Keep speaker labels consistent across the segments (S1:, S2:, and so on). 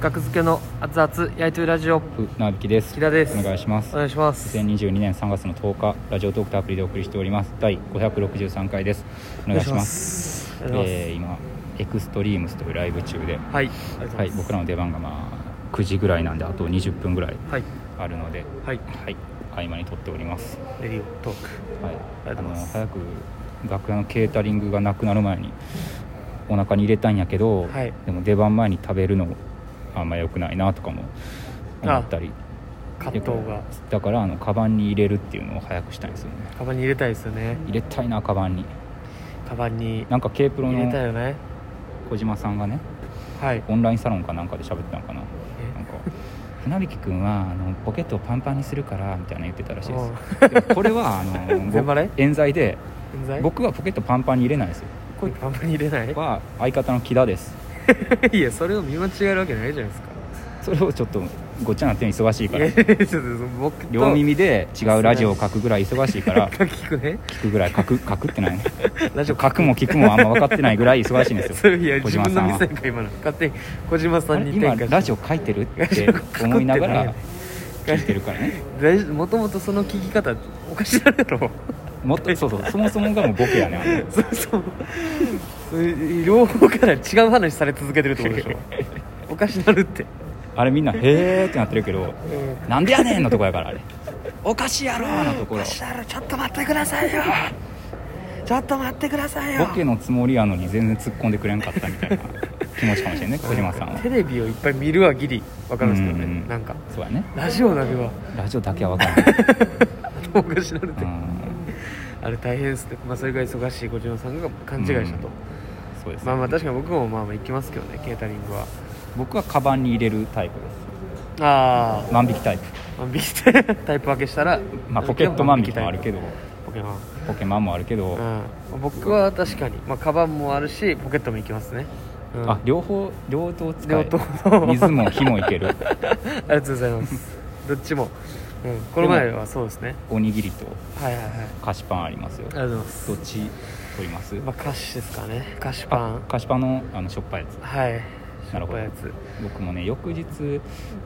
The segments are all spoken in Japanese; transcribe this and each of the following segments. S1: 学付けの熱々焼いてるラジオ
S2: なびきです
S1: 木田です
S2: お願いします
S1: お願いします
S2: 2022年3月の10日ラジオトークとアプリでお送りしております第563回ですお願いします
S1: お願いします
S2: えー今エクストリームスというライブ中で、
S1: はいありがとうござ
S2: はいい、
S1: ます
S2: 僕らの出番がまあ9時ぐらいなんであと20分ぐらい
S1: はい
S2: あるので、
S1: はい
S2: はい、合間に撮っております、
S1: レディオトーク
S2: はい、
S1: ありがとうございます
S2: の早く楽屋のケータリングがなくなる前にお腹に入れたんやけど、
S1: はい
S2: でも出番前に食べるのあんま良くないなとかも思ったり
S1: 葛藤が
S2: だからあのカバンに入れるっていうのを早くしたいんですよね
S1: カバンに入れたいですよね
S2: 入れたいなカバンに
S1: カバンに
S2: なんか K プロ
S1: 入れたい
S2: の
S1: よね
S2: 小島さんがね
S1: はい
S2: オンラインサロンかなんかで喋ってたのかな
S1: え
S2: なんか「船引くんはあのポケットをパンパンにするから」みたいな言ってたらしいで
S1: おう
S2: すでもこれは あの
S1: 全バレ
S2: 冤罪で
S1: 冤罪
S2: 僕はポケットパンパンに入れないですよ
S1: これカバンに入れない
S2: は相方の木田です
S1: いやそれを見間違えるわけないじゃないですか
S2: それをちょっとごっちゃになってるの忙しいか
S1: いや
S2: ら
S1: いやちょっと僕と
S2: 両耳で違うラジオを書くぐらい忙しいから
S1: か 聞くね
S2: 聞くぐらい書く書くってない
S1: ラジ
S2: 書
S1: オ
S2: くも聞くもあんま分かってないぐらい忙しいんです
S1: そ
S2: よ
S1: れいや自
S2: 小島
S1: 分の
S2: さん
S1: 店
S2: は
S1: か今の勝手に小島さ
S2: あ
S1: ん
S2: れ
S1: に
S2: 今
S1: 転
S2: ラ
S1: 嫁
S2: ジ
S1: し
S2: オ書いてるって
S1: ラジオ書くってない
S2: 思いながら
S1: よ
S2: 聞いてるからね
S1: てもともとその聞き方おかしなるやろ
S2: もっとそうそうそもそもがもうボケやねあれ
S1: そうそうそういう両方から違う話され続けてるってことでしょ おかしなるって、
S2: あれみんな「へえ」ってなってるけど
S1: うん
S2: 「なんでやねん!」のとこやからあれ「おかしいやろ!」のところ
S1: したらちょっと待ってくださいよちょっと待ってください
S2: ボケのつもりやのに全然突っ込んでくれんかったみたいな気持ちかもしれんね小島さんは
S1: テレビをいっぱい見るはギリわかるんですけどね、
S2: うんうん
S1: なんか
S2: そうやね
S1: ラジオだけは
S2: ラジオだけは分からない
S1: おかしなるって、
S2: うん
S1: あれ大変ですね、まあ、それぐらい忙しい小島さんが勘違いしたと、
S2: うんそうです
S1: まあまあ確かに僕もまあまあ行きますけどねケータリングは
S2: 僕はカバンに入れるタイプです
S1: あ
S2: 万引きタイプ
S1: あ万引きタイプタイプ分けしたら、
S2: まあポケット万引きもあるけ
S1: ど
S2: ど
S1: ポケマン、
S2: ポケマンもあるけど
S1: うん、僕は確かに、まあ、カバンもあるしポケットも行きますね、うん、
S2: あ両方両頭使
S1: 両
S2: え
S1: 頭
S2: 水も火もいける
S1: ありがとうございます どっちも、うん、この前はそうですね
S2: おにぎりと
S1: はいはいはい
S2: 菓子パンありますよ
S1: ありがとうございます
S2: どっち取ります
S1: まあ菓子ですかね菓子パ
S2: あ
S1: ン
S2: 菓子パンのあのしょっぱいやつ
S1: はい
S2: なるほど
S1: しょっぱいや
S2: 僕もね翌日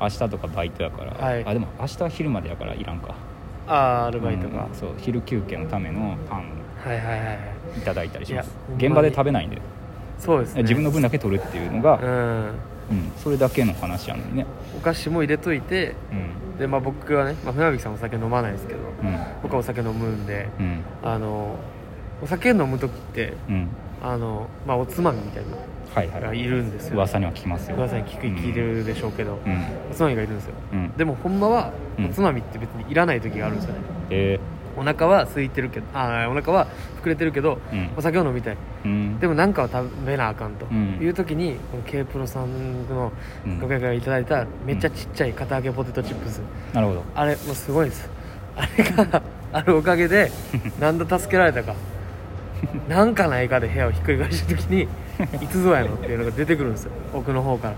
S2: 明日とかバイトやから、
S1: はい
S2: あでも明日は昼までやからいらんか
S1: つああーアルバイトが、
S2: うんそう昼休憩のためのパン
S1: はいはいはいはい
S2: をいただいたりします
S1: いやほんまに
S2: 現場で食べないんで、
S1: そうですね
S2: 自分の分だけ取るっていうのが、
S1: うん
S2: うんそれだけの話やのにね
S1: お菓子も入れといて
S2: うん
S1: でまあ僕はね、まあ、船引さんお酒飲まないですけど
S2: うん
S1: 僕はお酒飲むんで
S2: うん
S1: あのお酒飲む時って
S2: うん
S1: あの、まあ、おつまみみたいな
S2: はいはい
S1: のがいるんですよ
S2: 噂には聞きますよ
S1: 噂に聞く聞いてるでしょうけど、
S2: うん
S1: おつまみがいるんですよ
S2: うん、うん
S1: でもほんまは
S2: うん
S1: おつまみって別にいらない時があるんですよね、
S2: え
S1: お腹は空いてるけどあーお腹は膨れてるけど
S2: ー、うん
S1: お酒を飲みたい
S2: うん
S1: でも何かは食べなあかんと
S2: うん
S1: いう時に、この K プロさんの
S2: うん
S1: ご客からいただいためっちゃちっちゃい片揚げポテトチップス、
S2: なるほど
S1: あれもうすごいですあれがあるおかげ で何度助けられたかなんかないかで部屋をひっくり返した時にいつぞやのっていうのが出てくるんですよ奥の方から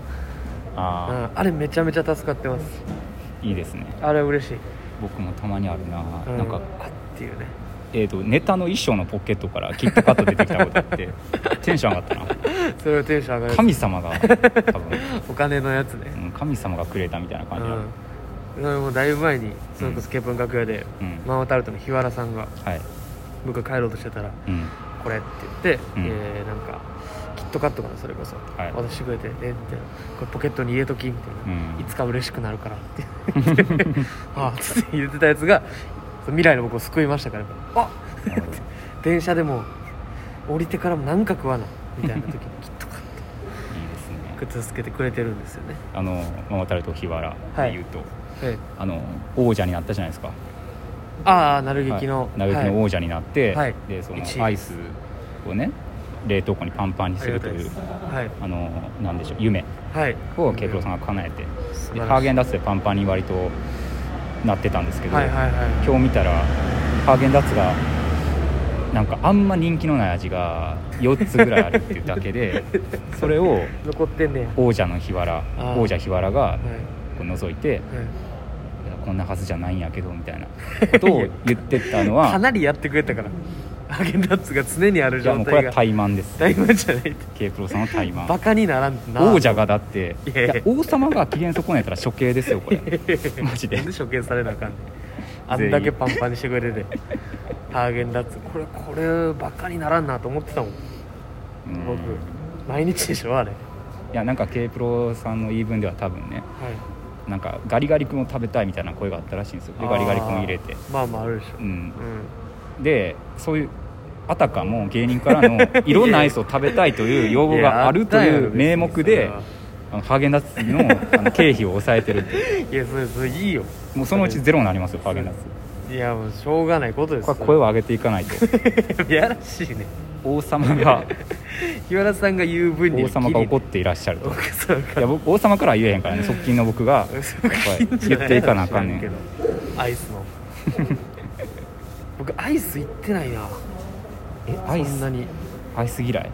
S1: あ,、う
S2: あ
S1: ん、あれめちゃめちゃ助かってます
S2: あいいですね
S1: あれ嬉しい、
S2: 僕もたまにあるな、
S1: う
S2: なんか
S1: あっていうね
S2: えー、とネタの衣装のポケットからキットカット出てきたことあって テンション上がったな
S1: それをテンション上がる
S2: 神様が多 分
S1: お金のやつね
S2: うん神様がくれたみたいな
S1: う
S2: 感じある
S1: んそれもだいぶ前にそれこそケープン楽屋で、
S2: うん、
S1: ママタルトの日原さんが
S2: はい、
S1: 僕が帰ろうとしてたら
S2: うん、
S1: 「これ」って言って、
S2: うん
S1: えーなんかキットカットかなそれこそ、
S2: はい
S1: 渡してくれて「えみたいな「これポケットに入れとき」みたいな、
S2: うん
S1: いつか嬉しくなるから」って 言ってああ」つって入れてたやつがその未来の僕を救いましたから「あ
S2: なるほど
S1: 電車でも降りてからも何か食わな」みたいな 時にキットカッ
S2: いいですね
S1: ト助けてくれてるんですよね
S2: あのママタルト日原でいうと、
S1: ええ
S2: あの王者になったじゃないですか
S1: ああ鳴劇の、
S2: はい、嘆きの王者になって、
S1: はい
S2: でそ
S1: 一位
S2: のアイスをね冷凍庫にパンパンに
S1: あ
S2: す
S1: り
S2: る
S1: が
S2: と
S1: たい
S2: い
S1: で
S2: う
S1: すはい
S2: あのなんでしょう夢
S1: はい
S2: をケイプロさんが叶えて
S1: 素晴
S2: で
S1: らしい
S2: ハーゲンダッツでパンパンに割となってたんですけど、
S1: はいはいはい
S2: 今日見たらハーゲンダッツがなんかあんま人気のない味が4つぐらいあるっていうだ けでそれを
S1: 残ってんねやは
S2: 王者の日原
S1: あー
S2: 王者日原が
S1: い、
S2: こう覗いて
S1: はい
S2: いやこんなはずじゃないんやけどみたいなことを言ってったの
S1: か
S2: は
S1: なりやってくれたからハーゲンダッツが常にある
S2: いやも
S1: 状
S2: うこれ
S1: 態が
S2: は怠慢です
S1: 大満じゃないって
S2: K プロさんの怠慢
S1: バカにならんな
S2: 王者がだって
S1: い
S2: い
S1: やいや
S2: や王様が機嫌損ねたら処刑ですよこれマジで
S1: なんで処刑されなあ かんねんあんだけパンパンにしてくれてハーゲンダッツこれこれバカにならんなと思ってたもん
S2: うん
S1: 僕毎日でしょあれはい
S2: やなんか K プロさんの言い分では多分ねなんかガリガリ君を食べたいみたいな声があったらしいんですよでガリガリ君を入れて
S1: あーまあまああるでしょ
S2: うん
S1: うん
S2: でそういうあたかも芸人からの いろんなアイスを食べたいという要望があるという名目であのハーゲンダッツのあの経費を抑えてるっていう
S1: いやそれそれいいよ
S2: もうそのうちゼロになりますよハーゲンダッツ
S1: いやもうしょうがないことです
S2: これは声を上げていかないと
S1: いやらしいね
S2: 王様が
S1: 日原さんが言う分に
S2: 王
S1: は
S2: 様が
S1: ギ
S2: 怒っていらっしゃる
S1: リ
S2: と
S1: そうか
S2: いや僕王様からは言えへんからね側近の僕 が
S1: そうか
S2: やっぱり言っていかなあかんねん
S1: 知らけどアイスの僕アイス行ってないな
S2: えアイ
S1: そん
S2: ス
S1: なに
S2: アイス嫌い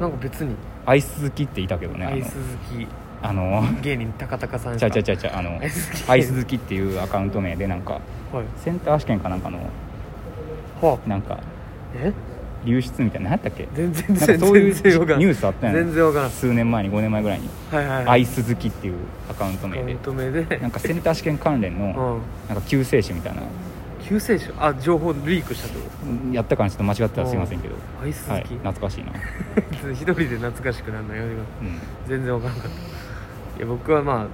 S1: なんか別に
S2: アイス好きっていたけどね
S1: アイス好き
S2: あのあの
S1: 芸人高高さん
S2: ちゃうちゃうち
S1: ゃ
S2: ゃうちゃうあの
S1: アイス好き
S2: アイス好きっていうアカウント名でなんか
S1: はい
S2: センター試験かなんかの
S1: はあ
S2: なんか
S1: え
S2: 流出みたいな何やったっけ
S1: 全然
S2: なんか
S1: 全然
S2: そういう
S1: 全然わからん
S2: ニュースあったやん
S1: 全然わからん
S2: 数年前に5年前ぐらいに
S1: はいはい
S2: ア
S1: はい
S2: イス好きっていうアカウント名
S1: カウ
S2: で
S1: ント名で
S2: なんかセンター試験関連
S1: う
S2: の
S1: ん
S2: なんか救世主みたいな
S1: 救世主あ情報リークしたってこ
S2: やったからちょっと間違ってたらすいませんけど
S1: とアイス好
S2: はい
S1: き、
S2: 懐かしいな、
S1: 別に 一人で懐かしくなるのよ
S2: うん、
S1: 全然わからんかったいや僕はまあ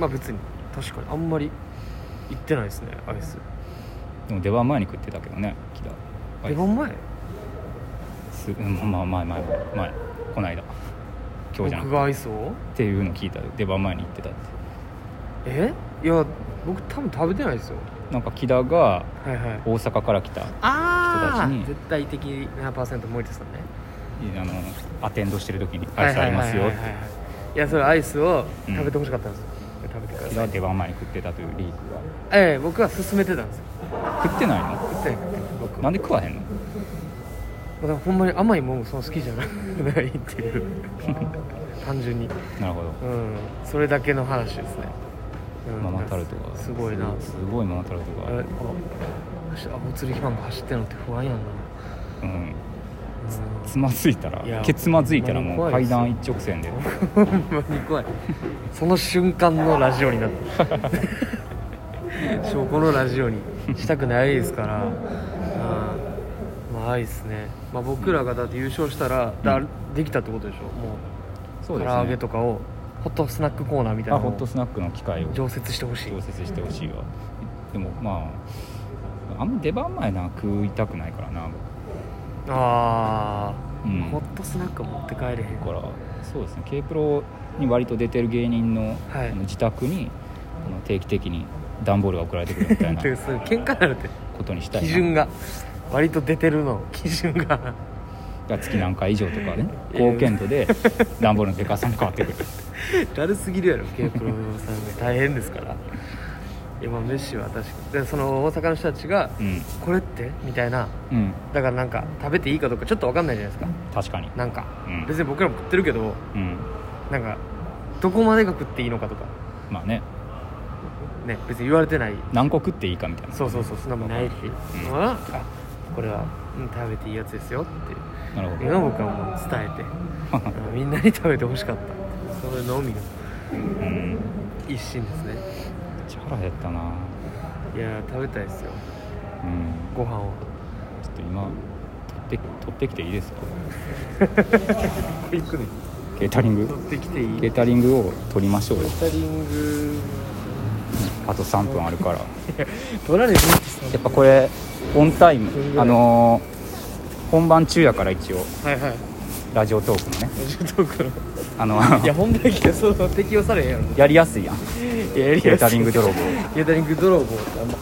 S1: まあ別に確かにあんまり行ってないですねアイス
S2: でも出番前に食ってたけどね来たア
S1: 出
S2: イス
S1: 番前
S2: すうんまあ前前前前この間今日じゃ
S1: 僕
S2: なくて
S1: がアイスを
S2: っていうの聞いた出番前に行ってたって
S1: えいや僕多分食べてないですよ
S2: なんか木田が
S1: はいはい
S2: 大阪から来た
S1: あ
S2: 人たちに
S1: あ絶対的なパーセント森田さんね
S2: あのアテンドしてる時にアイスありますよ
S1: はい
S2: って
S1: はいはいはいいやそれアイスを食べてほしかったんですよ、食べてくださ
S2: 木田
S1: い
S2: は出番前に食ってたというリーク
S1: ええ僕は勧めてたんですよ
S2: が食ってないの
S1: 食ってなかった僕
S2: なんで食わへんの
S1: だからほんまに甘いもんもその好きじゃない ないっていう単純に
S2: なるほど
S1: うんそれだけの話ですね、うん
S2: ママタルトが
S1: すごいな
S2: すごいママタルト
S1: あれ
S2: が
S1: あ走あお釣りファンが走ってるのって不安やんな、
S2: うん
S1: うん
S2: つまずいた
S1: いや
S2: らケツまずいたらもう
S1: 怖いで
S2: 階
S1: す
S2: 段一直線で
S1: ほんまに怖いその瞬間のラジオに なった証拠のラジオにしたくないですからうんまあいいですね、まあ、僕らがだって優勝したら、だできたってことでしょも
S2: そううで
S1: 唐
S2: す
S1: 揚
S2: ね
S1: げとかをホットスナックコーナーみたい
S2: あ
S1: な
S2: ホ
S1: の
S2: ット
S1: を
S2: スナックの機械を
S1: 常設してほしい
S2: 調節してほしいわでもまああんま出番前な食いたくないからな
S1: ああ、
S2: うん
S1: ホットスナックは持って帰れへん
S2: 僕だからそうですね K プロに割と出てる芸人の,、
S1: はい
S2: あの自宅にあの定期的に段ボールが送られてくる みたいな
S1: でそういう喧嘩になる って
S2: ことにしたいな
S1: 基準が割と出てるの基準が
S2: が月何回以上とかね
S1: いや
S2: 貢献度で段ボールのでかさも変わってくる
S1: だるすぎるやろ k プロさんが大変ですから今メッシは確かにでその大阪の人たちが
S2: うん
S1: 「これって?」みたいな
S2: うん
S1: だからなんか食べていいかどうかちょっと分かんないじゃないですか
S2: 確かに
S1: なんか、
S2: うん
S1: 別に僕らも食ってるけど
S2: うん
S1: なんかどこまでが食っていいのかとか
S2: まあね
S1: ね別に言われてない
S2: 何個食っていいかみたいな
S1: そうそうそうそんなもんないし、
S2: うん
S1: ああこれは、うん、食べていいやつですよっ
S2: なる
S1: て
S2: ほ
S1: いう
S2: ど
S1: のを僕はもう伝えてあのみんなに食べてほしかったそれのみの
S2: うん
S1: 一心ですね
S2: めっちゃ腹減ったない
S1: やー食べたいですよ
S2: うん
S1: ご飯を
S2: ちょっと今取って取ってきていいですか
S1: 行くね
S2: ケータリング
S1: 取ってきていい
S2: ケ
S1: ケー
S2: ータリングを取りましょうよ
S1: タリング
S2: あと3分あるから
S1: 取られる
S2: やっぱこれオンタイ
S1: うん
S2: ムあのー本番中やから一応
S1: はいはい
S2: ラジオトークもね
S1: ちょっとこの
S2: あの
S1: いや本題来そうそう適用されへんやろ
S2: やりやすいやん
S1: いややりやすい
S2: ケータリング泥棒
S1: ケータリング泥棒ってあんまは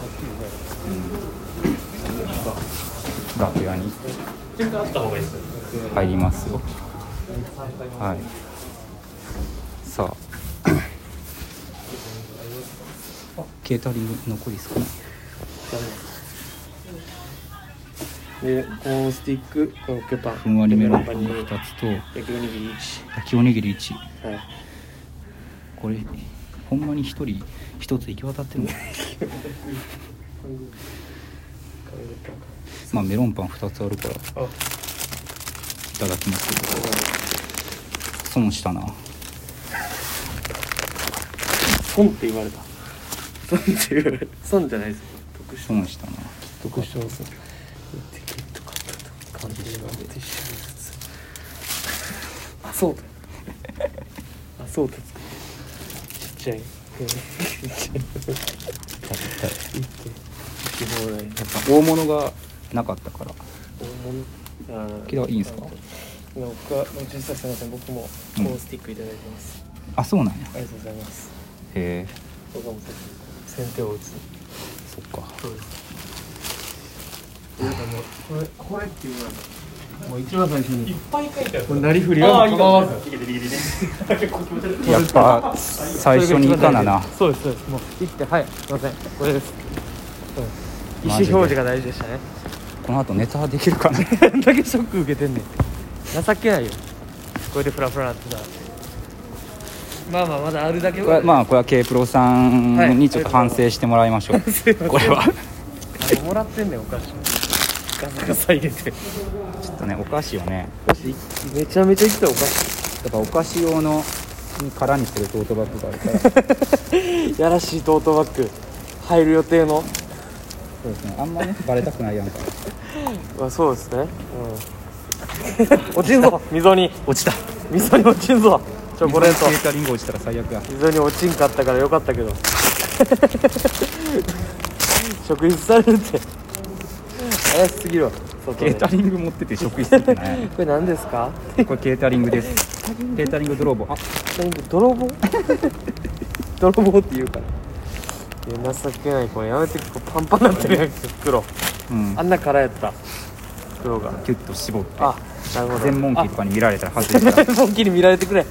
S1: っきりない
S2: 楽屋に入りますよはいさあ あケータリング残り少ない
S1: でコーンスティックコロッケパン
S2: ふんわりメロンパン
S1: メ
S2: 2
S1: ロンパンに
S2: つと焼
S1: 焼きおにぎり1
S2: きおにぎり1
S1: はい
S2: これほんまに1人1つ行き渡ってんの
S1: 考食べる
S2: まあメロンパン2つあるからい
S1: とあ
S2: ただきますけど損したな
S1: 損って言われた損って言われた損じゃないですよ特殊
S2: 損したな
S1: 特殊損テキッと買ったと感じが一緒にずつあそうだあそうだちっちゃいうんちっちゃいいって行き放題
S2: やっぱ大物がなかったから
S1: 大物あ
S2: けどいいんすか
S1: なんか実際すみません僕もコーンスティックいただいてます、
S2: あそうなんや
S1: ありがとうございます
S2: へえ
S1: 僕も先手を打つ
S2: そっか
S1: そうですなんかもうこれこれっていうのはもう一番最初にいっぱい書いてあるこれなりふりは構わず
S2: やっぱ最初にいかなな
S1: そうですそうですもう切ってはいすいませんこれです、うん、意
S2: マ
S1: 思
S2: ジで
S1: 表示が大事でしたね
S2: この後ネタできるかな
S1: どんだけショック受けてんねん情けないよこれでフラフラなってたらまあまあまだあるだけ
S2: これ まあこれは K プロさんにちょっと反省してもらいましょう、
S1: すいません
S2: これは
S1: あのもらってんねんお菓子ガサガサ入れて
S2: ちょっとねお菓子をね
S1: めちゃめちゃ生きたお菓子
S2: やっぱお菓子用のに空にするトートバッグがある から
S1: やらしいトートバッグ入る予定の
S2: そうですねあんまりバレたくないやんか
S1: まあそうですね、 うん、落ちんぞ溝に
S2: 落ちた
S1: 溝に落ちんぞチョコレート
S2: 消えたリンゴ落ちたら最悪や
S1: 溝に落ちんかったからよかったけど 食事されるって怪しすぎるわ外
S2: ケ
S1: で
S2: ータリング持ってて食費ついてない
S1: これ何ですか
S2: これケータリングですケータリング泥棒あ
S1: 何泥棒 泥棒って言うからいや情けないこれやめてこうパンパンなってるやん袋
S2: うん
S1: あんな空やった袋が
S2: キュッと絞って
S1: あなるほど
S2: 全問記
S1: あ
S2: とかに見られたら外れたら
S1: 全問記に見られてくれ